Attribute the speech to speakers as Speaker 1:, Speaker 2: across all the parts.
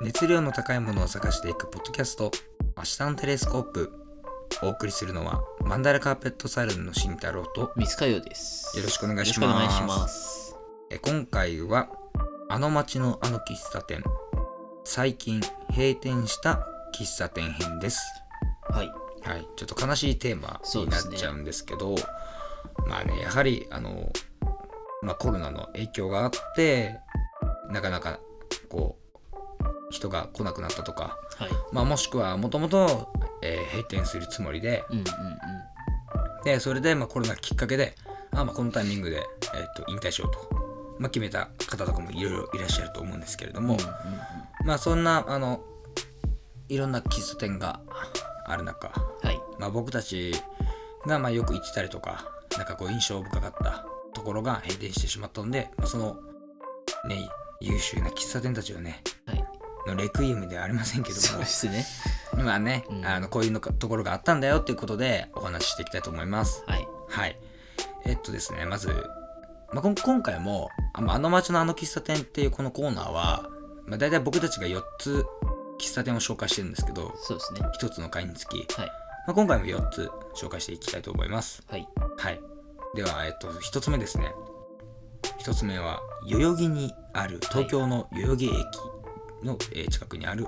Speaker 1: 熱量の高いものを探していくポッドキャスト「明日のテレスコープ」お送りするのはマンダラカーペットサルンの慎太郎と
Speaker 2: ミスカヨです。
Speaker 1: よろしくお願いし
Speaker 2: よろ
Speaker 1: ます
Speaker 2: くお願いします。
Speaker 1: え今回はあの街のあの喫茶店最近閉店した喫茶店編です
Speaker 2: はい。
Speaker 1: はい、ちょっと悲しいテーマになっちゃうんですけどまあねやはりあの、まあ、コロナの影響があってなかなかこう人が来なくなったとか、
Speaker 2: はい。
Speaker 1: まあ、もしくはもともと閉店するつもりで
Speaker 2: うんうん
Speaker 1: でそれでまあコロナきっかけであ、まあ、このタイミングで、えっと引退しようと、まあ、決めた方とかもいろいろいらっしゃると思うんですけれども、
Speaker 2: うん。うん
Speaker 1: まあそんなあのいろんな喫茶店がある中
Speaker 2: はい。
Speaker 1: まあ、僕たちがまあよく行ってたりとか、なんかこう印象深かったところが閉店してしまったので、まあ、そのね、優秀な喫茶店たちをね、
Speaker 2: はい。
Speaker 1: のレクイエムではありませんけど
Speaker 2: そう
Speaker 1: も
Speaker 2: で、すね。
Speaker 1: 今ね、
Speaker 2: うん
Speaker 1: あのこういうのかところがあったんだよっていうことでお話ししていきたいと思います。
Speaker 2: はい。
Speaker 1: はい。えっとですね、まず、まあ、こん今回も、あまああの街のあの喫茶店っていうこのコーナーは、まあ、大体僕たちが4つ喫茶店を紹介してるんですけど、
Speaker 2: そうですね。
Speaker 1: 1つの回につき、
Speaker 2: はい。
Speaker 1: まあ、今回も4つ紹介していきたいと思います。
Speaker 2: はい。
Speaker 1: はい。では、えっと、1つ目ですね。1つ目は、代々木にある、東京の代々木駅のえー近くにある、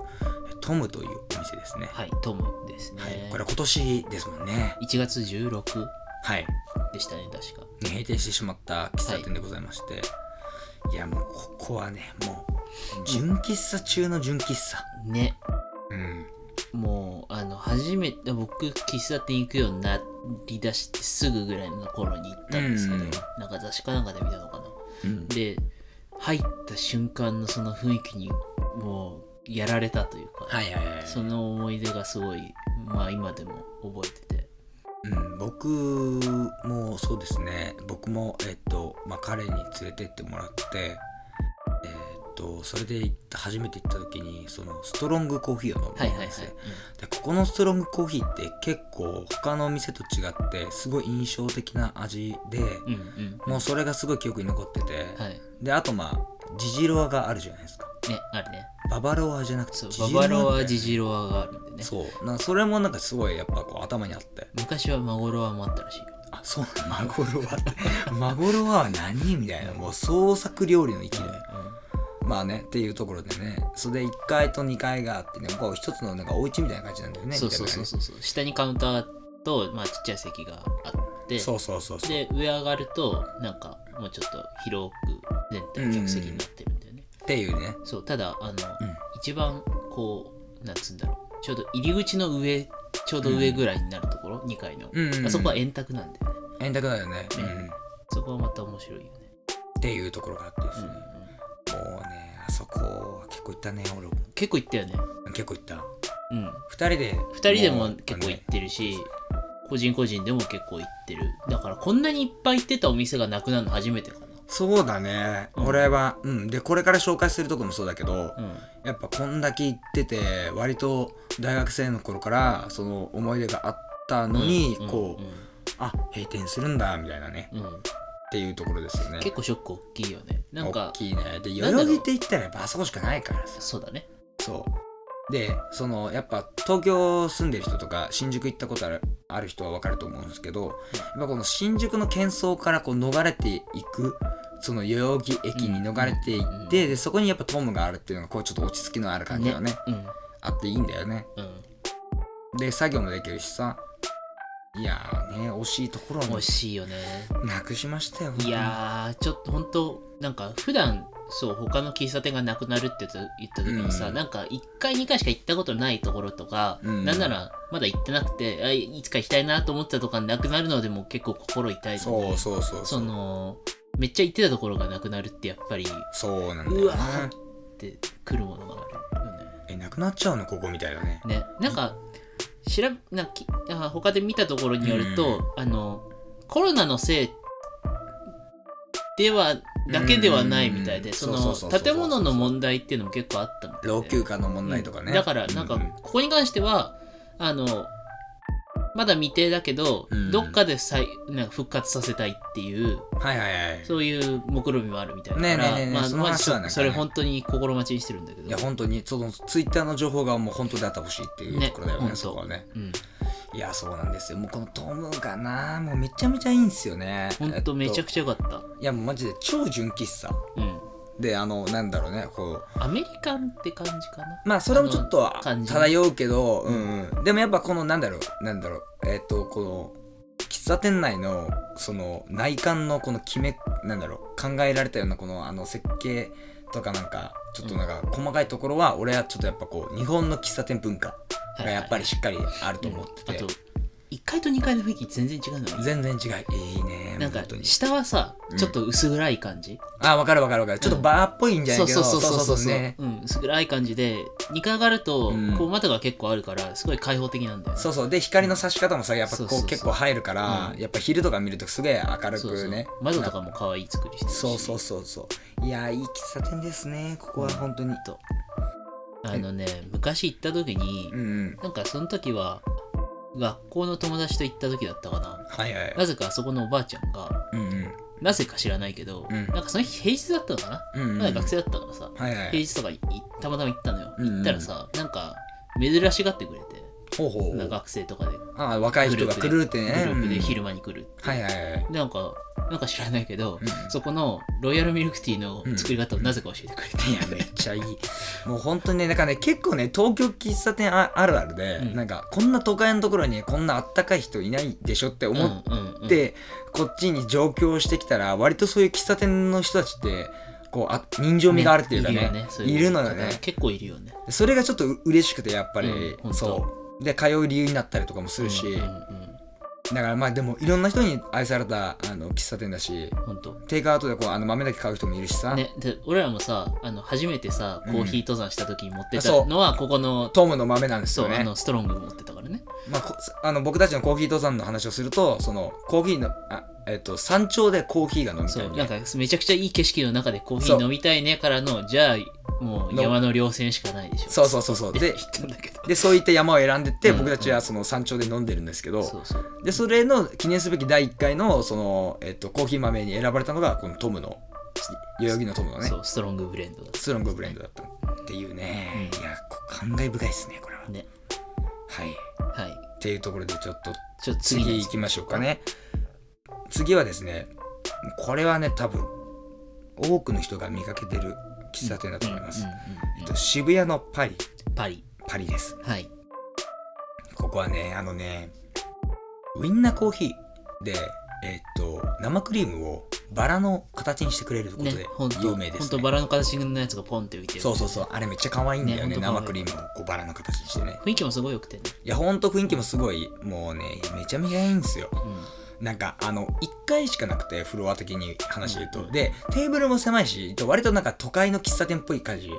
Speaker 1: えトムというお店ですね。
Speaker 2: はい。トムですね。
Speaker 1: はい。これは今年ですもんね。
Speaker 2: 1月16
Speaker 1: はい。
Speaker 2: でしたね、確か。
Speaker 1: ね閉店してしまった喫茶店でございまして。い、や、もう、ここはね、もう、純喫茶中の純喫茶。
Speaker 2: ね。
Speaker 1: うん。
Speaker 2: もう、あの、初めて、僕、喫茶店行くようになりだしてすぐぐらいの頃に行ったんですけど、
Speaker 1: うん
Speaker 2: なんか雑誌かなんかで見たのかな。
Speaker 1: うん、
Speaker 2: で、入った瞬間のその雰囲気に、もう、やられたというか。
Speaker 1: はいはいはい。
Speaker 2: その思い出がすごい、まあ今でも覚えてて。
Speaker 1: うん、僕もそうですね僕も、えっとまあ、彼に連れてってもらって、えっとそれで行った初めて行った時にそのストロングコーヒーを飲ん
Speaker 2: はいはい
Speaker 1: で
Speaker 2: はい。
Speaker 1: すねでここのストロングコーヒーって結構他の店と違ってすごい印象的な味で、
Speaker 2: うんうん。
Speaker 1: もうそれがすごい記憶に残ってて、
Speaker 2: はい。
Speaker 1: であとまあジジロアがあるじゃないですか
Speaker 2: ね、あるね。
Speaker 1: ババロアじゃなくて
Speaker 2: そう、
Speaker 1: ジジ
Speaker 2: ババ
Speaker 1: ア
Speaker 2: ロ
Speaker 1: みたい
Speaker 2: ア、
Speaker 1: な
Speaker 2: ジジロアがあるんでね。
Speaker 1: そうなんかそれもなんかすごいやっぱこう頭にあって
Speaker 2: 昔はマゴロアもあったらしいよ。
Speaker 1: あそうな のマゴロワって マゴロワは何みたいなもう創作料理の域で、まあねっていうところでねそれで1階と2階があってねこう一つのなんかお家みたいな感じなんだよね
Speaker 2: そうそうそうそうそう。下にカウンターと、まあちっちゃい席があって、
Speaker 1: みたいなねそうそうそうそう
Speaker 2: で、上上がると、なんか、もうちょっと広く全体客席になってるんだよね。
Speaker 1: っていうね
Speaker 2: そう、ただ、あの、
Speaker 1: うん
Speaker 2: 一番こうなんつうんだろうちょうど入り口の上ちょうど上ぐらいになるところ、2階の、
Speaker 1: うんうんうん
Speaker 2: あそこは円卓なんだよね
Speaker 1: 円卓だよね、う
Speaker 2: うん
Speaker 1: ん、っ
Speaker 2: そこはまた面白いよね、
Speaker 1: ていうところがあってで
Speaker 2: う
Speaker 1: す
Speaker 2: んう
Speaker 1: ね
Speaker 2: ん、
Speaker 1: もうねあそこは結構行ったね俺も
Speaker 2: 結構行ったよね
Speaker 1: 結構行った
Speaker 2: うん
Speaker 1: 2人で
Speaker 2: 2人でも結構行ってるし、個人個人でも結構行ってるだからこんなにいっぱい行ってたお店がなくなるの初めてか
Speaker 1: そうだね、
Speaker 2: うん
Speaker 1: 俺はうんでこれから紹介するとこもそうだけど、
Speaker 2: なうん
Speaker 1: やっぱこんだけ行ってて割と大学生の頃からその思い出があったのに
Speaker 2: うん
Speaker 1: こう、あ閉店するんだみたいなね
Speaker 2: うんうん
Speaker 1: っていうところですよね
Speaker 2: 結構ショック大きいよねなん
Speaker 1: 大
Speaker 2: か
Speaker 1: きいねで代
Speaker 2: なんだろう
Speaker 1: 々木って言ったらやっぱあそこしかないからさ
Speaker 2: そうだね
Speaker 1: そうでそのやっぱ東京住んでる人とか新宿行ったことあるある人は分かると思うんですけど、やっぱこの新宿の喧騒からこう逃れていくその代々木駅に逃れてい
Speaker 2: うんうんうん
Speaker 1: って、でそこにやっぱトムがあるっていうのがこうちょっと落ち着きのある感じがね
Speaker 2: うん
Speaker 1: あっていいんだよね
Speaker 2: うん
Speaker 1: で作業もできるしさいやーね惜しいところ
Speaker 2: 美
Speaker 1: を
Speaker 2: 味しいよね
Speaker 1: なくしましたよ
Speaker 2: いやーちょっと本当なんか普段そう他の喫茶店がなくなるって言った言った時にさ、
Speaker 1: うん
Speaker 2: なんか1回2回しか行ったことないところとか、
Speaker 1: うん
Speaker 2: なんならまだ行ってなくてあいつか行きたいなと思ってたとかなくなるのでも結構心痛いので
Speaker 1: そうそうそう
Speaker 2: そのめっちゃ行ってたところがなくなるってやっぱりっ
Speaker 1: そうなんだよ
Speaker 2: う
Speaker 1: ね
Speaker 2: わてくるものがあるよね。
Speaker 1: えなくなっちゃうのここみたいなね
Speaker 2: ねなんか調べなんかきあ他で見たところによると、あのコロナのせいではだけではないみたいで、
Speaker 1: うん
Speaker 2: そ
Speaker 1: そう
Speaker 2: の
Speaker 1: そうそうそう
Speaker 2: 建物の問題っていうのも結構あったみたいで
Speaker 1: 老朽化の問題とかね、
Speaker 2: うんだからなんか
Speaker 1: うう
Speaker 2: ここに関しては、あのまだ未定だけど、
Speaker 1: うん
Speaker 2: どっかで再なんか復活させたいっていう
Speaker 1: はいはいはい
Speaker 2: そういう目論見みもあるみたいだか
Speaker 1: ねえねえねえ
Speaker 2: ら
Speaker 1: ねえ
Speaker 2: まあ
Speaker 1: その
Speaker 2: まあ
Speaker 1: 話
Speaker 2: そ
Speaker 1: はなんかね
Speaker 2: それ本当に心待ちにしてるんだけ
Speaker 1: いや
Speaker 2: ど、
Speaker 1: 本当にそのツイッターの情報がもう本当であってほしいっていう
Speaker 2: ね
Speaker 1: ところだよね
Speaker 2: 本当
Speaker 1: そこはね
Speaker 2: うん、
Speaker 1: いやそうなんですよもうこのトムがなもうめちゃめちゃいいんですよね
Speaker 2: 本当めちゃ
Speaker 1: く
Speaker 2: くちゃよかった、
Speaker 1: いやもうマジで超純喫茶
Speaker 2: うん、
Speaker 1: であのなんだろうねこう
Speaker 2: アメリカンって感じかな
Speaker 1: まあそれもちょっとは
Speaker 2: あの感じ
Speaker 1: 漂うけど、うんうん、でもやっぱこのなんだろうなんだろうえっ、とこの喫茶店内のその内観のこの決めなんだろう考えられたようなこのあの設計とかなんかちょっとなんか細かいところは俺はちょっとやっぱこう日本の喫茶店文化がやっぱりしっかりあると思ってて、
Speaker 2: うんあと1階と2階の雰囲気全然違うのよ
Speaker 1: 全然違いいいね
Speaker 2: なんか
Speaker 1: 本当に
Speaker 2: 下はさ
Speaker 1: うん
Speaker 2: ちょっと薄暗い感じ、
Speaker 1: あ分かる分かる分かるちょっとバーっぽいんじゃない
Speaker 2: そ
Speaker 1: うけど、
Speaker 2: そうそうそうそう
Speaker 1: ね
Speaker 2: うん、薄暗い感じで2階上がると、
Speaker 1: うん
Speaker 2: こう窓が結構あるからすごい開放的なんだよね
Speaker 1: そうそうで光の差し方もさやっぱ
Speaker 2: そう
Speaker 1: こ
Speaker 2: そう
Speaker 1: う
Speaker 2: そう
Speaker 1: 結構入るから、
Speaker 2: うん
Speaker 1: やっぱ昼とか見るとすげえ明る
Speaker 2: そうそ
Speaker 1: く
Speaker 2: う
Speaker 1: ね
Speaker 2: 窓とかも可愛い作りしてるし
Speaker 1: そうそうそうそういやーいい喫茶店ですねここは本当に
Speaker 2: とあのね昔行った時に、
Speaker 1: うんうん
Speaker 2: なんかその時は学校の友達と行った時だったかな
Speaker 1: はいはい
Speaker 2: なぜかあそこのおばあちゃんが
Speaker 1: うんうん
Speaker 2: なぜか知らないけど、
Speaker 1: うん
Speaker 2: なんかその日平日だったのかな、
Speaker 1: うんうん
Speaker 2: まだ学生だったからさ、
Speaker 1: はいは
Speaker 2: 平
Speaker 1: い
Speaker 2: 日とかいたまたま行ったのよ、
Speaker 1: うんうん
Speaker 2: 行ったらさなんか珍しがってくれて
Speaker 1: ほうほう
Speaker 2: なんか学生とかで
Speaker 1: ああ若い人が来るって
Speaker 2: グル
Speaker 1: ね
Speaker 2: ープで
Speaker 1: うん
Speaker 2: 昼間に来るって、
Speaker 1: はいはいはい
Speaker 2: でなんかなんか知らないけど、
Speaker 1: うん
Speaker 2: そこのロイヤルミルクティーの作り方をなぜか教えてくれて、
Speaker 1: いやめっちゃいいもう本当にねなんかね結構ね東京喫茶店ああるあるで、
Speaker 2: うん
Speaker 1: なんかこんな都会のところにこんなあったかい人いないでしょって 思っ
Speaker 2: うんうんうん
Speaker 1: でこっちに上京してきたら割とそういう喫茶店の人たちってこうあ人情味があるっていうかね
Speaker 2: るよそう
Speaker 1: いるのよね
Speaker 2: 結構いるよね
Speaker 1: それがちょっとう嬉しくてやっぱり、
Speaker 2: うん本当
Speaker 1: そうで通う理由になったりとかもするし、
Speaker 2: うんうんう
Speaker 1: だ
Speaker 2: ん
Speaker 1: からまあでもいろんな人に愛されたあの喫茶店だし
Speaker 2: 本当
Speaker 1: テイクアウトでこうあの豆だけ買う人もいるしさ、
Speaker 2: ね、で俺らもさあの初めてさコーヒー登山した時に持ってた
Speaker 1: そう
Speaker 2: のはここの、
Speaker 1: トムの豆なんです
Speaker 2: そう
Speaker 1: よ
Speaker 2: あ
Speaker 1: ね
Speaker 2: のストロング持ってたからね
Speaker 1: まあ、こあの僕たちのコーヒー登山の話をするとそのコーヒーのあ、えっと山頂でコーヒーが飲みた
Speaker 2: そ
Speaker 1: いうね
Speaker 2: なんかめちゃくちゃいい景色の中でコーヒー飲みたいねからのじゃあもう
Speaker 1: の
Speaker 2: 山の稜線しかないでしょ
Speaker 1: そうそうそうそう
Speaker 2: で
Speaker 1: で
Speaker 2: 言ったんだけど
Speaker 1: でそういった山を選んでって
Speaker 2: うん
Speaker 1: 僕たちはその山頂で飲んでるんですけど、
Speaker 2: そうそう
Speaker 1: でそれの記念すべき第1回のその、えっとコーヒー豆に選ばれたのがこのトムの代々木のトムのね
Speaker 2: そうストロングブレンドだ
Speaker 1: ストロングブレンドだったっていうね、
Speaker 2: うん
Speaker 1: いやこ感慨深いですねこれは
Speaker 2: ね
Speaker 1: はいっ
Speaker 2: はい
Speaker 1: ていうところでちょっと
Speaker 2: ちょっと次
Speaker 1: 次
Speaker 2: に
Speaker 1: 行きましょうかね次はですねこれはね多分多くの人が見かけてる喫茶店だと思います、
Speaker 2: うんうんうん
Speaker 1: えっと、渋谷のパリ
Speaker 2: パリ
Speaker 1: パリです
Speaker 2: はい
Speaker 1: ここはねあのねウインナーコーヒーでえっと生クリームをバラの形にしてくれること
Speaker 2: ね
Speaker 1: で
Speaker 2: ほんと
Speaker 1: 有名で
Speaker 2: ほん
Speaker 1: す、
Speaker 2: と
Speaker 1: ね
Speaker 2: バラの形のやつがポンって浮いてる
Speaker 1: そうそうそうあれめっちゃ可愛いんだよね
Speaker 2: ねほんと可愛い
Speaker 1: 生クリームをこうバラの形にしてね
Speaker 2: 雰囲気もすごい良くてね
Speaker 1: いやほんと雰囲気もすごいもうねめちゃめちゃいいんですよ
Speaker 2: うん
Speaker 1: なんかあの1回しかなくてフロア的に話で言うと、でテーブルも狭いし割となんか都会の喫茶店っぽい感じ
Speaker 2: う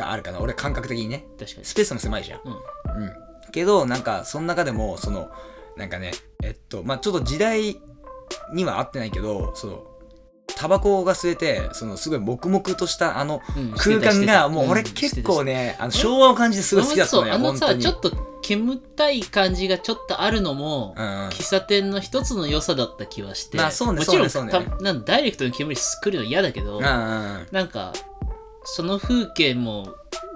Speaker 1: があるかな俺感覚的にね
Speaker 2: ん、確かに
Speaker 1: ス。ペースも狭いじゃん
Speaker 2: うん、
Speaker 1: うん、けどなんかその中でもそのなんかねえっとまあちょっと時代には合ってないけどそのタバコが吸えてそのすごい黙々としたあの
Speaker 2: うん
Speaker 1: 空間がもう俺結構、ね、あの昭和を感じてすごい好きだったのよ
Speaker 2: あの
Speaker 1: 本当
Speaker 2: さ、
Speaker 1: に
Speaker 2: ちょっと煙たい感じがちょっとあるのも、
Speaker 1: うんうん
Speaker 2: 喫茶店の一つの良さだった気はして、
Speaker 1: まあそうね
Speaker 2: もちろん
Speaker 1: そうねそうね
Speaker 2: たなんダイレクトに煙作るの嫌だけど、
Speaker 1: うんうん
Speaker 2: なんか、その風景も、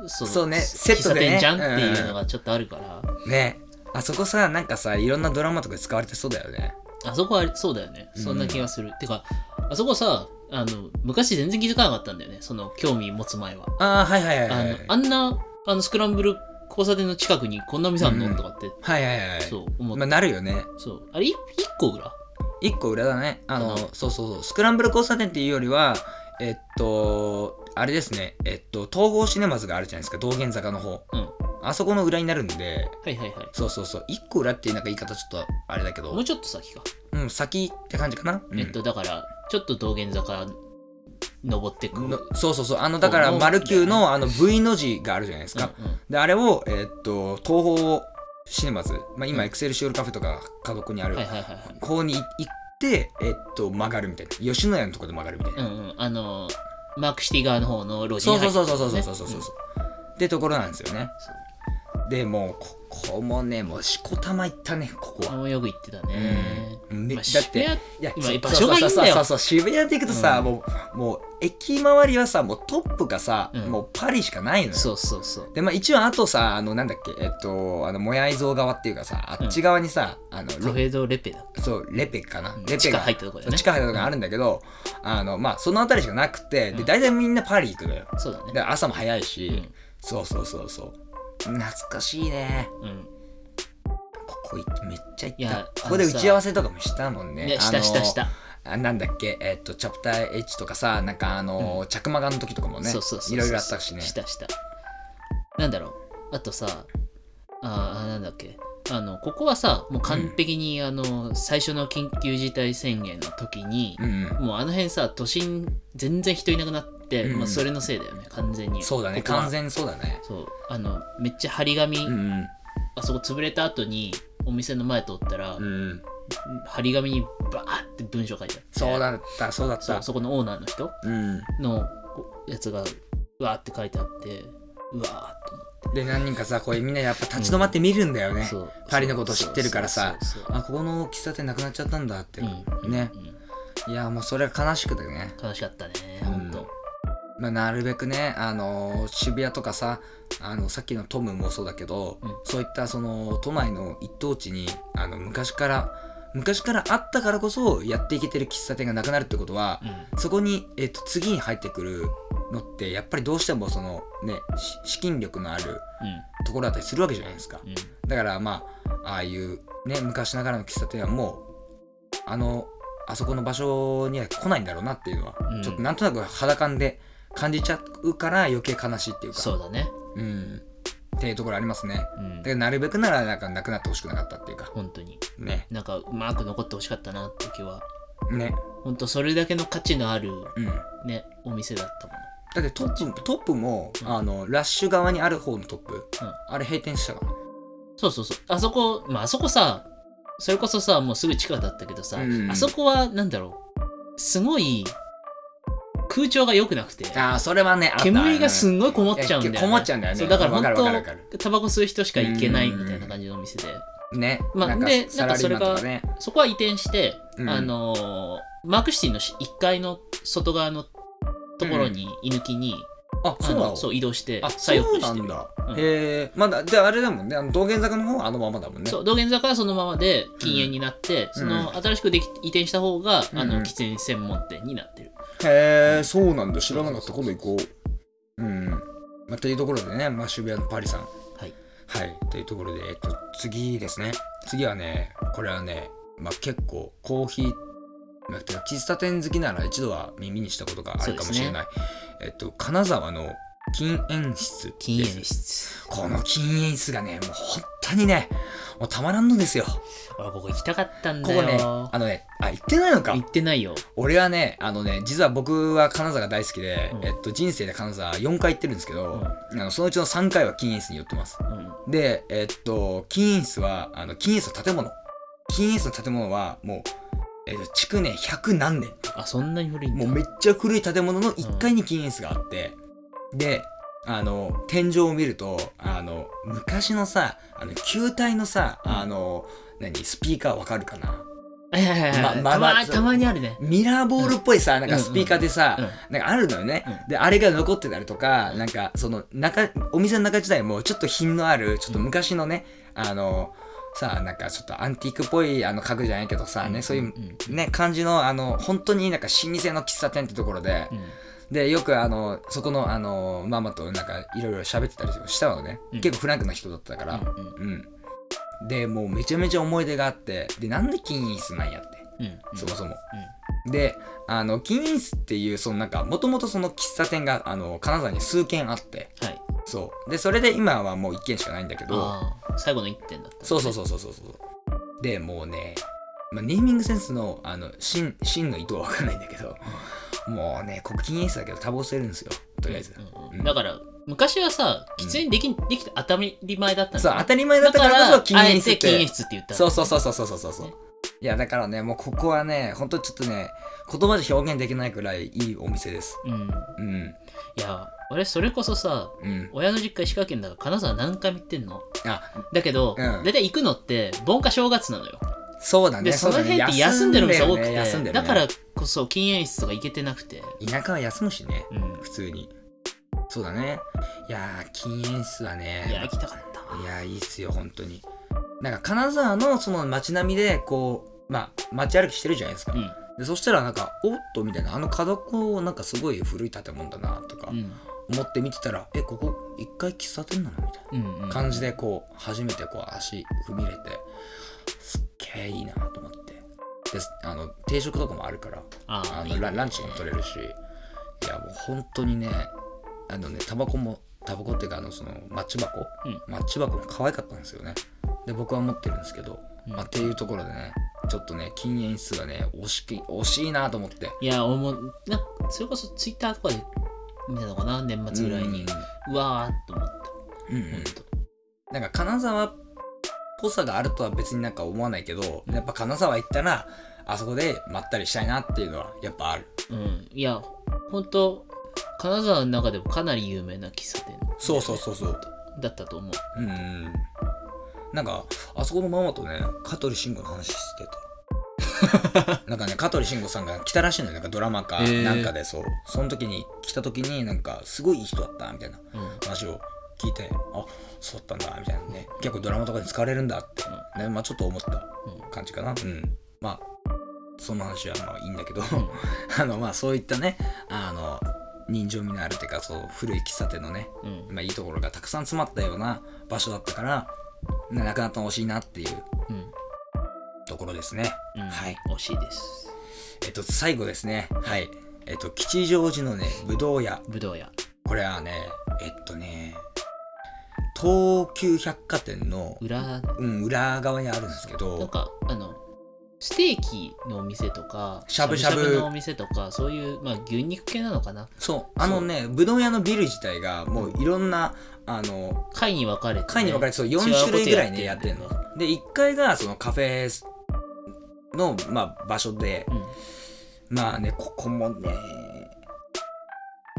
Speaker 2: そ
Speaker 1: そうねセ
Speaker 2: 喫
Speaker 1: ット
Speaker 2: 茶
Speaker 1: でね
Speaker 2: 店じゃんっていうのがちょっとあるから、
Speaker 1: うんねあそこさなんかさいろんなドラマとかで使われてそうだよね
Speaker 2: あそこはありそうだよね。そんな気がする。てか、あそこさ、あの昔全然気づかなかったんだよね、その興味持つ前は。
Speaker 1: ああはいはいはいは
Speaker 2: あ
Speaker 1: い
Speaker 2: のあんなあのスクランブル交差点の近くにこんな店あんの、
Speaker 1: うん
Speaker 2: とかって
Speaker 1: はいはいはい
Speaker 2: そう思っ
Speaker 1: ま
Speaker 2: て、
Speaker 1: あなるよね
Speaker 2: そうあれ1個裏
Speaker 1: 一個裏だねあの
Speaker 2: うん
Speaker 1: そうそうそうスクランブル交差点っていうよりはえっとあれですねえっと東方シネマズがあるじゃないですか道玄坂の方
Speaker 2: うんは
Speaker 1: あそこの裏になるんで
Speaker 2: いはいは
Speaker 1: そうそうそう一個裏っていうなんか言い方ちょっとあれだけ
Speaker 2: いもう
Speaker 1: ど
Speaker 2: ちょっと先か、
Speaker 1: うん先って感じかな、うん
Speaker 2: えっとだからちょっと道玄坂登ってく
Speaker 1: のそうそうそうあのだから
Speaker 2: こう
Speaker 1: 丸九
Speaker 2: み
Speaker 1: のあの V の字があるじゃないですか、
Speaker 2: うんうん
Speaker 1: であれをえっと東方シネマズ、まあ、今エクセルシオールカフェとか家族にある
Speaker 2: はいはいはいはい
Speaker 1: 方に行ってえっと曲がるみたいな吉野家のとこで曲がるみたいな
Speaker 2: う、んうんあのマークシティ側の方の路地
Speaker 1: そ
Speaker 2: に
Speaker 1: う
Speaker 2: 入
Speaker 1: そう
Speaker 2: って
Speaker 1: そうそうそうそうそうそうそう
Speaker 2: ね
Speaker 1: ってところなんですよねでもうここもねもうしこたま行ったねここ
Speaker 2: あ
Speaker 1: は。
Speaker 2: もよく行ってたね。
Speaker 1: うんめ
Speaker 2: まあ
Speaker 1: だって
Speaker 2: 渋谷
Speaker 1: いや
Speaker 2: 今
Speaker 1: そう
Speaker 2: 場所がいいんだ
Speaker 1: そう
Speaker 2: よ
Speaker 1: そうそうそう渋谷って行くとさ、
Speaker 2: うん
Speaker 1: もうもう駅周りはさもうトップがさ、
Speaker 2: うん
Speaker 1: もうパリしかないのよ
Speaker 2: そうそうそう。
Speaker 1: でまあ一応あとさあのなんだっけえっとあのモヤイ像側っていうかさあっち側にさ、あの
Speaker 2: カフ
Speaker 1: レ
Speaker 2: ェドレペだ。
Speaker 1: そうレペかな、
Speaker 2: うん
Speaker 1: レペ
Speaker 2: 地下
Speaker 1: が
Speaker 2: 入ったとこ
Speaker 1: そ
Speaker 2: だよ
Speaker 1: う
Speaker 2: ね
Speaker 1: 地。下入ったとこがあるんだけど、あのまあその辺りしかなくて、
Speaker 2: う
Speaker 1: で
Speaker 2: ん
Speaker 1: 大体みんなパリ行くのよ
Speaker 2: そうだね。
Speaker 1: で朝も早いし、
Speaker 2: うん
Speaker 1: そうそうそうそう懐かしいね
Speaker 2: うん。
Speaker 1: ここ行ってめっちゃ行
Speaker 2: い
Speaker 1: った
Speaker 2: や
Speaker 1: ここで
Speaker 2: あ
Speaker 1: 打
Speaker 2: のさ
Speaker 1: ち合わせとかもしたもんね
Speaker 2: ね、したしたした。
Speaker 1: あなんだっけえっとチャプター H とかさなんかあの、着魔眼の時とかもね
Speaker 2: そうそうそうそう
Speaker 1: いろいろあったしね
Speaker 2: したしたなんだろうあとさあーなんだっけあのここはさもう完璧に、あの最初の緊急事態宣言の時に
Speaker 1: う、ん
Speaker 2: もうあの辺さ都心全然人いなくなって、
Speaker 1: うんうん
Speaker 2: まあ、それのせいだよね完全
Speaker 1: うん
Speaker 2: に
Speaker 1: そうだね
Speaker 2: ここは
Speaker 1: 完全にそうだね
Speaker 2: そうあのめっちゃ張り紙、
Speaker 1: うん
Speaker 2: あそこ潰れた後にお店の前通ったら、
Speaker 1: うんうん
Speaker 2: 張り紙にバーって文章書いてあって
Speaker 1: そうだったそうだっ
Speaker 2: そ
Speaker 1: た
Speaker 2: うそこのオーナーの人
Speaker 1: うん
Speaker 2: のこやつがうわーって書いてあってうわーって思っ
Speaker 1: で
Speaker 2: て
Speaker 1: 何人かさこれみんなやっぱ立ち止まって見るんだよね、
Speaker 2: そう
Speaker 1: パリのこと知ってるからさ
Speaker 2: そうそうそう
Speaker 1: あここの喫茶店なくなっちゃったんだって、
Speaker 2: うん
Speaker 1: ね
Speaker 2: うん
Speaker 1: いやもうそれは悲しくてね、
Speaker 2: 悲しかったね
Speaker 1: うん
Speaker 2: 本当、
Speaker 1: まあ、なるべくねあの渋谷とかさあのさっきのトムもそうだけど、
Speaker 2: うん
Speaker 1: そういったその都内の一等地にあの昔から昔からあったからこそやっていけてる喫茶店がなくなるってことは、
Speaker 2: うん
Speaker 1: そこに、えっと次に入ってくるのってやっぱりどうしてもそのねし資金力のあるところだったりするわけじゃないですか
Speaker 2: うんうん
Speaker 1: だからまあああいうね昔ながらの喫茶店はもうあのあそこの場所には来ないんだろうなっていうのは、
Speaker 2: うん
Speaker 1: ちょっとなんとなく肌感で感じちゃうから余計悲しいっていうか
Speaker 2: そうだね
Speaker 1: うん、っていうところありますねだ
Speaker 2: うん
Speaker 1: からなるべくならなんかなくなってほしくなかったっていうか
Speaker 2: 本当に
Speaker 1: ね
Speaker 2: なんかうまく残ってほしかったなって気は
Speaker 1: ね
Speaker 2: 本当それだけの価値のある
Speaker 1: うんだ
Speaker 2: ねお店だったもの
Speaker 1: ってトップトップもあのラッシュ側にある方のトップ、
Speaker 2: うん
Speaker 1: あれ閉店したか
Speaker 2: そうそうそうあそこまああそこさそれこそさもうすぐ近くだったけどさ、
Speaker 1: うん
Speaker 2: あそこはなんだろうすごい空調が良くなくて
Speaker 1: らああそれはねあった
Speaker 2: 煙がすんごいこもっちゃうんだ
Speaker 1: い
Speaker 2: よ、ね、
Speaker 1: やこもっちゃうんだよね
Speaker 2: そうだから
Speaker 1: わ
Speaker 2: 本
Speaker 1: かるわかるわか
Speaker 2: 当タバコ吸う人しか行けないみたいな感じのお店で
Speaker 1: ね、
Speaker 2: まあ
Speaker 1: なんか
Speaker 2: で
Speaker 1: サラリーマンとかね
Speaker 2: そこは移転して、
Speaker 1: うん
Speaker 2: あのーマークシティの1階の外側のところに居抜きに、
Speaker 1: あ
Speaker 2: あ
Speaker 1: そうな
Speaker 2: の
Speaker 1: の
Speaker 2: そう移動して
Speaker 1: あ
Speaker 2: 再オー
Speaker 1: そ
Speaker 2: プ
Speaker 1: う
Speaker 2: ン
Speaker 1: な
Speaker 2: して
Speaker 1: ん
Speaker 2: る
Speaker 1: だ、
Speaker 2: うん
Speaker 1: へえまだじゃああれだもんねあの道玄坂の方はあのままだもんね
Speaker 2: そう道玄坂はそのままで禁煙になって、その新しくでき移転した方が、あ
Speaker 1: うんうん
Speaker 2: の喫煙専門店になってる
Speaker 1: へえそうなんだ知らなかった今度行こううん、まあ、というところでね、まあ、渋谷のパリさん
Speaker 2: はい
Speaker 1: はいというところで、えっと、次ですね次はねこれはね、まあ、結構コーヒーまあてか喫茶店好きなら一度は耳にしたことがあるかもしれない、えっと金沢の禁煙室です
Speaker 2: 禁煙室
Speaker 1: この禁煙室がねもう本当にねもうたまらんのですよ
Speaker 2: 俺ここ行きたかったん
Speaker 1: こ
Speaker 2: だ
Speaker 1: こ
Speaker 2: よ
Speaker 1: ねあのねあ行ってないのか
Speaker 2: 行ってないよ
Speaker 1: 俺はねあのね実は僕は金沢が大好きで、
Speaker 2: うん
Speaker 1: えっと、人生で金沢4回行ってるんですけど、あのそのうちの3回は禁煙室に寄ってます
Speaker 2: うん
Speaker 1: でえっと禁煙室はあの禁煙室の建物禁煙室の建物はもう、えっと、築年100何年
Speaker 2: あそんなに古いんだ
Speaker 1: もうめっちゃ古い建物の1階に禁煙室があって、であの天井を見るとあの昔のさあの球体のさあの何スピーカーわかるかな
Speaker 2: はいはいはいはい
Speaker 1: ままま
Speaker 2: たまたまにあるね
Speaker 1: ミラーボールっぽいさ、なんかスピーカーでさ、
Speaker 2: うんうん
Speaker 1: なんかあるのよね、
Speaker 2: う
Speaker 1: で、あれが残ってたりとか、なんかその中、お店の中自体もちょっと品のある、ちょっと昔のね、あの、さあ、なんかちょっとアンティークっぽいあの家具じゃないけどさ、ね、そういうんね、感じの、あの、本当になんか老舗の喫茶店ってところで、
Speaker 2: うん
Speaker 1: で、よくあの、そこのあの、ママとなんかいろいろ喋ってたりしたのね、
Speaker 2: うん
Speaker 1: 結構フランクな人だったから、
Speaker 2: うんうん
Speaker 1: うん。で、もうめちゃめちゃ思い出があって、で、なんで金銀室なんやって、
Speaker 2: うん
Speaker 1: そもそも。
Speaker 2: うん
Speaker 1: であの金銀室っていうそのなんかもともとその喫茶店があの金沢に数軒あって
Speaker 2: はい
Speaker 1: そうでそれで今はもう1軒しかないんだけど
Speaker 2: ああ最後の1点だった
Speaker 1: そうそうそうそうそうそうでもうね、まあ、ネーミングセンスのあの真真の意図は分かんないんだけどもうねここ禁煙室だけどタバコ吸えるんですよとりあえず、
Speaker 2: うんうん
Speaker 1: うん
Speaker 2: だから昔はさ喫煙できんできて当たり前だったんだ
Speaker 1: そう当たり前だ
Speaker 2: だ
Speaker 1: ったか
Speaker 2: から
Speaker 1: こそ
Speaker 2: ら
Speaker 1: 禁
Speaker 2: あ
Speaker 1: 煙
Speaker 2: え
Speaker 1: 室って
Speaker 2: て禁煙室って言った
Speaker 1: そうそうそうそうそうそうそうそういやだからねもうここはねほんとちょっとね言葉で表現できないくらいいいお店です
Speaker 2: うん
Speaker 1: うん
Speaker 2: いや俺それこそさ
Speaker 1: うん
Speaker 2: 親の実家石川県だから金沢何回も行ってんの
Speaker 1: あ
Speaker 2: だけど、
Speaker 1: うん
Speaker 2: 大体行くのって盆か正月なのよ
Speaker 1: そうだね
Speaker 2: でそ
Speaker 1: う
Speaker 2: の
Speaker 1: だね
Speaker 2: 辺って休んでる店多く
Speaker 1: 休
Speaker 2: て
Speaker 1: んでるね休んでるね
Speaker 2: だからこそ禁煙室とか行けてなくて
Speaker 1: 田舎は休むしね
Speaker 2: うん
Speaker 1: 普通にそうだねいやー禁煙室はね
Speaker 2: いや行きたかった
Speaker 1: いやいいっすよ本当になんか金沢のその街並みでこうまあ街歩きしてるじゃないですか、
Speaker 2: うん
Speaker 1: でそしたらなんかおっとみたいなあの角っこなんかすごい古い建物だなとか
Speaker 2: うん
Speaker 1: 思って見てたら、えここ一回喫茶店なのみたい
Speaker 2: うんう
Speaker 1: な
Speaker 2: ん
Speaker 1: 感じでこう初めてこう足踏み入れてすっげえいいなと思ってであの定食とかもあるから
Speaker 2: あ
Speaker 1: あ
Speaker 2: あ
Speaker 1: のラランチも取れるしいやもう本当にねあのねタバコもタバコっていうかあのそのマッチ箱、
Speaker 2: うん
Speaker 1: マッチ箱も可愛かったんですよねで僕は持ってるんですけど、
Speaker 2: うん
Speaker 1: まあ、っていうところでねちょっとね禁煙室がね惜しき惜しいなと思って
Speaker 2: いや俺もなそれこそツイッターとかで見たのかな年末ぐらいにうわーっと思った
Speaker 1: うんうん
Speaker 2: 本当
Speaker 1: なんか金沢っぽさがあるとは別になんか思わないけどやっぱ金沢行ったらあそこでまったりしたいなっていうのはやっぱある
Speaker 2: うんいや本当金沢の中でもかなり有名な喫茶店
Speaker 1: そうそうそうそう
Speaker 2: だったと思う
Speaker 1: うんうんうんなんかあそこのママとね香取慎吾の話してた なんかね香取慎吾さんが来たらしいのよなんかドラマか
Speaker 2: へー
Speaker 1: なんかでそう、その時に来た時になんかすごいいい人だったみたいな
Speaker 2: うん
Speaker 1: 話を聞いてあそうだったんだみたいなね結構ドラマとかに使われるんだって、ねまあ、ちょっと思った感じかなうんまあその話はまあいいんだけ ど、
Speaker 2: うん
Speaker 1: あのまあそういったねあの人情味のあるっていうかそう古い喫茶店のね
Speaker 2: うんうん
Speaker 1: まあ、いいところがたくさん詰まったような場所だったから、ね、なくなったの惜しいなっていう
Speaker 2: うん
Speaker 1: ところですね。
Speaker 2: うん
Speaker 1: はい
Speaker 2: 惜しいです
Speaker 1: えっと、最後ですね。はい。えっと、吉祥寺のね、ぶどう屋。
Speaker 2: ぶどう屋
Speaker 1: これはね、えっとね、東急百貨店の、
Speaker 2: 裏
Speaker 1: うん、裏側にあるんですけ
Speaker 2: なん
Speaker 1: ど、
Speaker 2: かあのステーキのお店とか
Speaker 1: しゃぶしゃぶ
Speaker 2: のお店とかそういう、まあ、牛肉系なのかな
Speaker 1: そう、あのね、ぶどう屋のビル自体が、もういろんな、あの、
Speaker 2: 階に分かれて
Speaker 1: 階に分かれてそう4
Speaker 2: 違うこと
Speaker 1: 種類ぐらいねや
Speaker 2: や
Speaker 1: っ
Speaker 2: ってて
Speaker 1: ん
Speaker 2: ん
Speaker 1: の
Speaker 2: の。
Speaker 1: で1階がそのカフェの、まあ、場所で、
Speaker 2: うん
Speaker 1: まあねここもね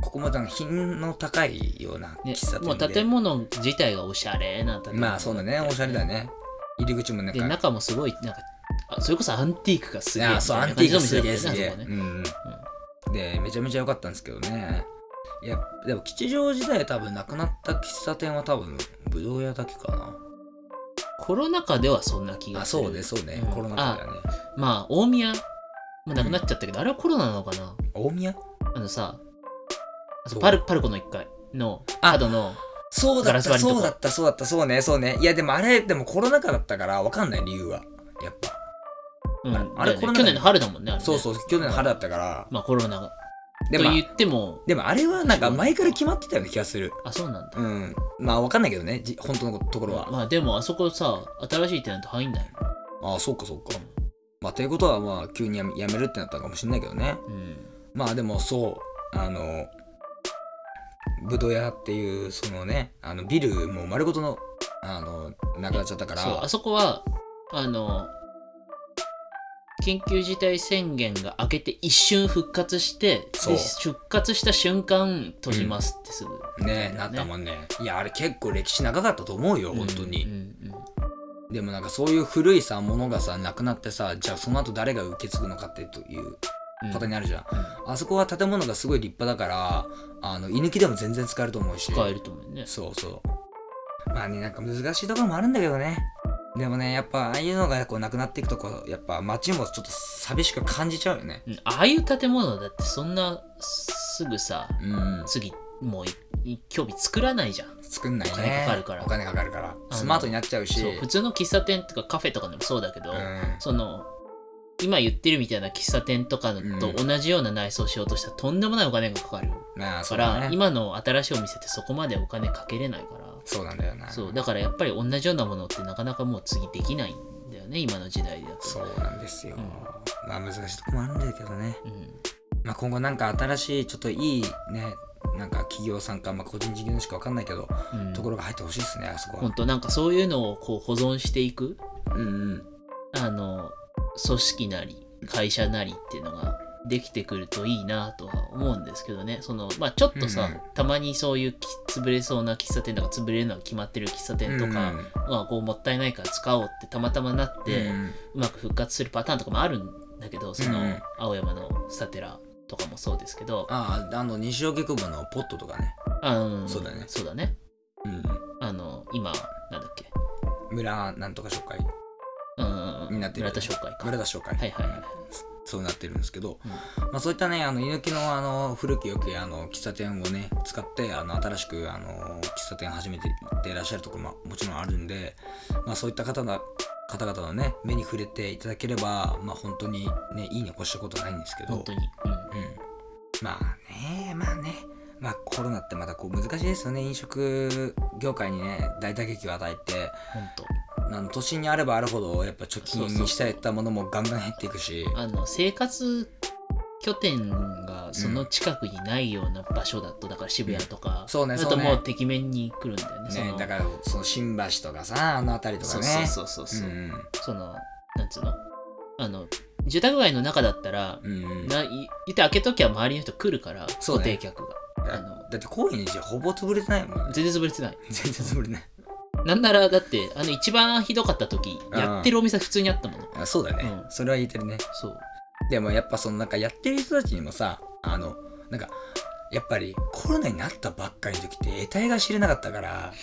Speaker 1: ここもなんか品の高いような
Speaker 2: ね
Speaker 1: 喫茶店で、
Speaker 2: もう建物自体がおしゃれな建物
Speaker 1: まあそうだねおしゃれだね入り口もなん
Speaker 2: で
Speaker 1: か
Speaker 2: 中もすごいなんかあそれこそアンティークがすげえ
Speaker 1: あそうアンティークすげえす
Speaker 2: み
Speaker 1: げ
Speaker 2: たい
Speaker 1: え
Speaker 2: な、感じのお店だったよねあそ
Speaker 1: うんうん、
Speaker 2: こね
Speaker 1: でめちゃめちゃ良かったんですけどねいやでも吉祥寺で多分なくなった喫茶店は多分ぶどう屋だけか
Speaker 2: コロナ禍ではそんな気
Speaker 1: な
Speaker 2: が
Speaker 1: あ
Speaker 2: する
Speaker 1: そうねそうね、
Speaker 2: うん
Speaker 1: コロナ禍だよね
Speaker 2: まあ大宮もうなくなっちゃったけど、あれはコロナなのかな
Speaker 1: 大宮
Speaker 2: あのさ
Speaker 1: ど
Speaker 2: あそううパルパルコの1階の
Speaker 1: あ
Speaker 2: 角の
Speaker 1: そうだ
Speaker 2: ガ
Speaker 1: っ
Speaker 2: ラス張
Speaker 1: た、
Speaker 2: りとか
Speaker 1: そうだった、そうだった、そうね、そうね。いや、でもあれ、でもコロナ禍だったから、わかんない理由は。やっぱ。
Speaker 2: うん、
Speaker 1: あれ
Speaker 2: だよね
Speaker 1: コロナ禍
Speaker 2: 去年の春だもんねあれね
Speaker 1: そうそう、去年の春だったから。
Speaker 2: まあコロナが
Speaker 1: で
Speaker 2: と
Speaker 1: も、
Speaker 2: 言っても
Speaker 1: でもあれはなんか前から決まってたような気がする。
Speaker 2: あそうなんだ、
Speaker 1: うん。まあ、わかんないけどね、じ本当のところは。
Speaker 2: まあでもあそこさ新しいテナント入んない
Speaker 1: ああ、そうか、そうか。まあ、ということは、まあ、急にやめやめるってなったのかもしれないけどね。
Speaker 2: うん
Speaker 1: まあ、でも、そう、あの、ぶどう屋っていう、そのね、あのビル、もう丸ごとの、あの、なくなっちゃったか
Speaker 2: そう
Speaker 1: ら
Speaker 2: あ、そこはあの緊急事態宣言が明けて一瞬復活して
Speaker 1: そう
Speaker 2: で出発した瞬間閉じますってすぐ、
Speaker 1: ね、なったもんね。いや、あれ結構歴史長かったと思うよ、本当に。
Speaker 2: うんうん
Speaker 1: でもなんかそういう古いさものがさなくなってさじゃあその後誰が受け継ぐのかってという
Speaker 2: うん
Speaker 1: ことになるじゃん、
Speaker 2: う
Speaker 1: あそこは建物がすごい立派だからあの居抜きでも全然使えると思うし
Speaker 2: 使えると思うね
Speaker 1: そうそうまあねなんか難しいところもあるんだけどねでもねやっぱああいうのがこうなくなっていくとこうやっぱ街もちょっと寂しく感じちゃうよね
Speaker 2: うんああいう建物だってそんなすぐさ
Speaker 1: うん
Speaker 2: 次もういい興味作らないじゃん
Speaker 1: 作んないね
Speaker 2: お金かかるから
Speaker 1: お金かかるから
Speaker 2: の
Speaker 1: スマートになっちゃうし
Speaker 2: そう普通の喫茶店とかカフェとかでもそうだけど、
Speaker 1: うん
Speaker 2: その今言ってるみたいな喫茶店とかと同じような内装をしようとしたらとんでもないお金がかかる
Speaker 1: まあそ
Speaker 2: か
Speaker 1: うだ
Speaker 2: ら、
Speaker 1: ね
Speaker 2: 今の新しいお店ってそこまでお金かけれないから
Speaker 1: そうなんだよな
Speaker 2: そうだからやっぱり同じようなものってなかなかもう次できないんだよね今の時代だと
Speaker 1: そうなんですよ、
Speaker 2: うん
Speaker 1: まあ難しいとこもあるんだけどね
Speaker 2: うん
Speaker 1: まあ、今後なんか新しいちょっといいねなんか企業さんか、まあ、個人事業主か分かんないけど、
Speaker 2: うん
Speaker 1: ところが入ってほしいですねあそこは
Speaker 2: 本当なんかそういうのをこう保存していく
Speaker 1: うんうん
Speaker 2: あの組織なり会社なりっていうのができてくるといいなとは思うんですけどねその、まあ、ちょっとさ、
Speaker 1: うんうん
Speaker 2: たまにそういうき潰れそうな喫茶店とか潰れるのが決まってる喫茶店とか、
Speaker 1: うん
Speaker 2: まあ、こうもったいないから使おうってたまたまなって、う
Speaker 1: うん
Speaker 2: まく復活するパターンとかもあるんだけどその
Speaker 1: うんうん
Speaker 2: 青山のスタテラとかもそうですけど、
Speaker 1: あああの西荻窪のポットとかね、
Speaker 2: あうん
Speaker 1: そうだね
Speaker 2: そうだね
Speaker 1: うん、
Speaker 2: あの今なんだっけ
Speaker 1: 村なんとか紹介
Speaker 2: うんうん
Speaker 1: になってる
Speaker 2: 村田紹介か
Speaker 1: 村田紹介
Speaker 2: はいはいはい
Speaker 1: そうなってるんですけど、
Speaker 2: うん
Speaker 1: まあ、そういったねあの猪木のあの古き良きあの喫茶店をね使ってあの新しくあの喫茶店始めていっていらっしゃるところももちろんあるんで、まあ、そういった方だ方々のね目に触れていただければ、まあ、本当にねいいに越したことはないんですけど
Speaker 2: 本当に、うん、
Speaker 1: うん、まあねまあねまあコロナってまたこう難しいですよね飲食業界にね大打撃を与えて
Speaker 2: 本当
Speaker 1: あの都心にあればあるほどやっぱ貯金にしたりったものもガンガン減っていくし
Speaker 2: あの生活拠点がその近くにないような場所だと、だから渋谷とか、
Speaker 1: そうね
Speaker 2: あ
Speaker 1: そ
Speaker 2: と
Speaker 1: うね
Speaker 2: もうてきめんに来るんだよね。そ
Speaker 1: ね
Speaker 2: の
Speaker 1: だからその新橋とかさあの辺りとか
Speaker 2: そう
Speaker 1: ね
Speaker 2: そうそうそうそう、
Speaker 1: うん
Speaker 2: そのなんつうのあの住宅街の中だったら、
Speaker 1: うんうんだ
Speaker 2: ない言って開けときは周りの人来るから、
Speaker 1: そうね
Speaker 2: 固定客があの
Speaker 1: だって高円寺ほぼ潰れてないもんね
Speaker 2: 全然潰れてない。
Speaker 1: 全然潰れてない
Speaker 2: なんならだってあの一番ひどかった時やってるお店普通にあったもの。
Speaker 1: あそうだね、
Speaker 2: うん
Speaker 1: それは言ってるね
Speaker 2: そう
Speaker 1: でもやっぱそのなんかやってる人たちにもさあのなんかやっぱりコロナになったばっかりの時って得体が知れなかったから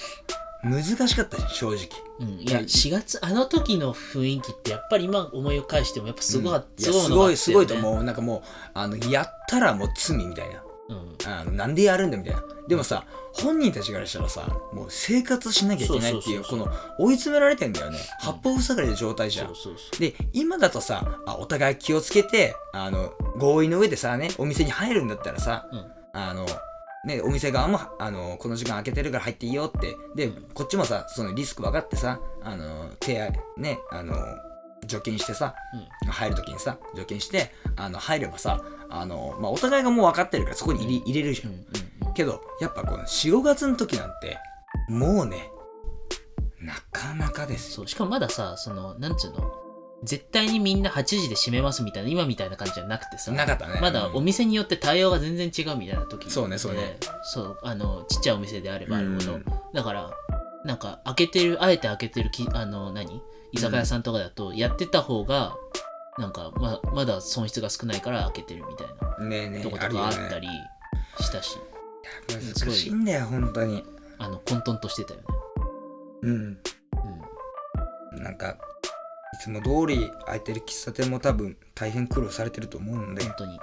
Speaker 1: 難しかったじゃん正直
Speaker 2: うん、いや
Speaker 1: いや
Speaker 2: 4月あの時の雰囲気ってやっぱり今思い返してもやっぱすごかっ
Speaker 1: い
Speaker 2: た、
Speaker 1: やすごいすごいと思うなんかもうあのやったらもう罪みたいな
Speaker 2: うのがあったよね、うん、
Speaker 1: あのなんでやるんだみたいなでもさ本人たちからしたらさもう生活しなきゃいけないっていう
Speaker 2: そ
Speaker 1: こ
Speaker 2: うそうそうそう
Speaker 1: の追い詰められてんだよね
Speaker 2: うん
Speaker 1: 八方塞がりの状態じゃん
Speaker 2: そうそうそ
Speaker 1: で今だとさあお互い気をつけてあの合意の上でさねお店に入るんだったらさ、
Speaker 2: うん
Speaker 1: あのね、お店側もあのこの時間空けてるから入っていいよってで、
Speaker 2: うん
Speaker 1: こっちもさそのリスク分かってさあの手あねあの除菌してさ
Speaker 2: う、
Speaker 1: 入る時にさ除菌してあの入ればさあの、まあ、お互いがもう分かってるからそこに入れ,、入れるじゃん
Speaker 2: うんうんうん
Speaker 1: けどやっぱこの45月の時なんてもうねなかなかですよ
Speaker 2: そうしかもまださそのなんつうの絶対にみんな8時で閉めますみたいな今みたいな感じじゃなくてさ
Speaker 1: なかったね
Speaker 2: まだお
Speaker 1: うん
Speaker 2: 店によって対応が全然違うみたいな時で
Speaker 1: そうねそうね
Speaker 2: そうあのちっちゃいお店であればあるほど、
Speaker 1: うん
Speaker 2: だからなんか開けてるあえて開けてるきあの何居酒屋さんとかだとやってた方がなんかままだ損失が少ないから開けてるみたいな
Speaker 1: ねえねえ
Speaker 2: とこと
Speaker 1: るよ
Speaker 2: かあ
Speaker 1: ね
Speaker 2: ったりしたし
Speaker 1: いや難しいんだよ本当に
Speaker 2: あの混沌としてたよね、
Speaker 1: うんなんかいつも通り空いてる喫茶店も多分大変苦労されてると思うの
Speaker 2: うん、
Speaker 1: で
Speaker 2: 本当に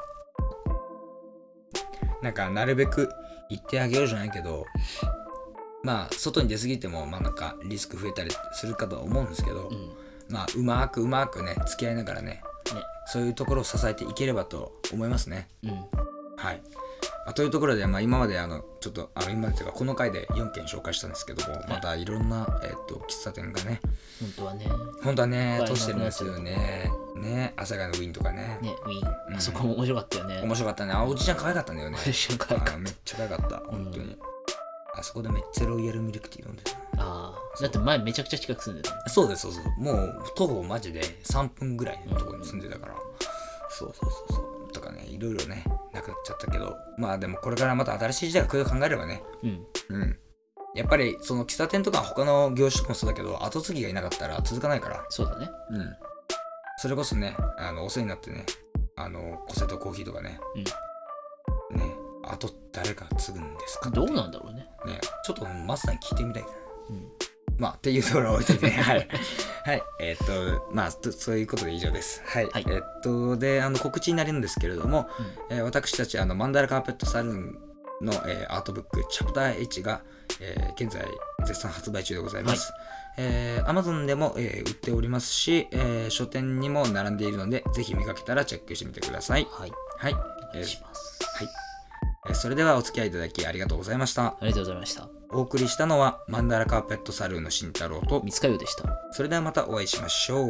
Speaker 1: なんかなるべく行ってあげようじゃないけどまあ外に出過ぎてもまあなんかリスク増えたりするかとは思うんですけど、
Speaker 2: うん
Speaker 1: まあうまくうまくね付き合いながらね
Speaker 2: ね
Speaker 1: そういうところを支えていければと思いますね
Speaker 2: うん
Speaker 1: はい、まあ、というところで、まあ、今まであのちょっとあの今までというかこの回で4件紹介したんですけどもまたいろんな、えっと喫茶店がね
Speaker 2: 本当はね
Speaker 1: 本当はね
Speaker 2: いっぱい
Speaker 1: 閉じてるんですよねね朝霞のウィンとかね
Speaker 2: ねウィー
Speaker 1: う
Speaker 2: ン
Speaker 1: ん
Speaker 2: あそこも面白かったよね、
Speaker 1: 面白かったねあおじちゃん可愛かったんだよね
Speaker 2: 面白かった
Speaker 1: あめっちゃ可愛かった本当に、あそこでめっちゃロイヤルミルクティー飲んでた
Speaker 2: ああだって前めちゃくちゃ近く住んでたもん
Speaker 1: そうですそうそうもう徒歩マジで3分ぐらいのところに住んでたから、そうそうそうそうとかねいろいろねなくなっちゃったけどまあでもこれからまた新しい時代が来ると考えればね
Speaker 2: うん
Speaker 1: うんやっぱりその喫茶店とか他の業種とかもそうだけど後継ぎがいなかったら続かないから
Speaker 2: そうだね
Speaker 1: うんそれこそねあのお世話になってねあのコセとコーヒーとかね、ねあと誰か継ぐんですか
Speaker 2: どうなんだろうね
Speaker 1: ねちょっとマスターに聞いてみたいな
Speaker 2: うん
Speaker 1: まあ、っていうところは置いと いて、はい。はい。えーっ、と、まあ、とそういうことで以上です。はい。
Speaker 2: はい
Speaker 1: えーっ、と、で、あの、告知になるんですけれども、えー私たち、あの、マンダラカーペットサルーンの、えーアートブック、チャプター H が、えー現在、絶賛発売中でございます。えー Amazon でも、えー売っておりますし、えー書店にも並んでいるので、ぜひ見かけたらチェックしてみてください。
Speaker 2: はい
Speaker 1: はい。
Speaker 2: お願いします、
Speaker 1: はいえーそれではお付き合いいただきありがとうございました。
Speaker 2: ありがとうございました
Speaker 1: お送りしたのは、マンダラカーペットサルーンの慎太郎と、
Speaker 2: 三塚洋でした
Speaker 1: それではまたお会いしましょう。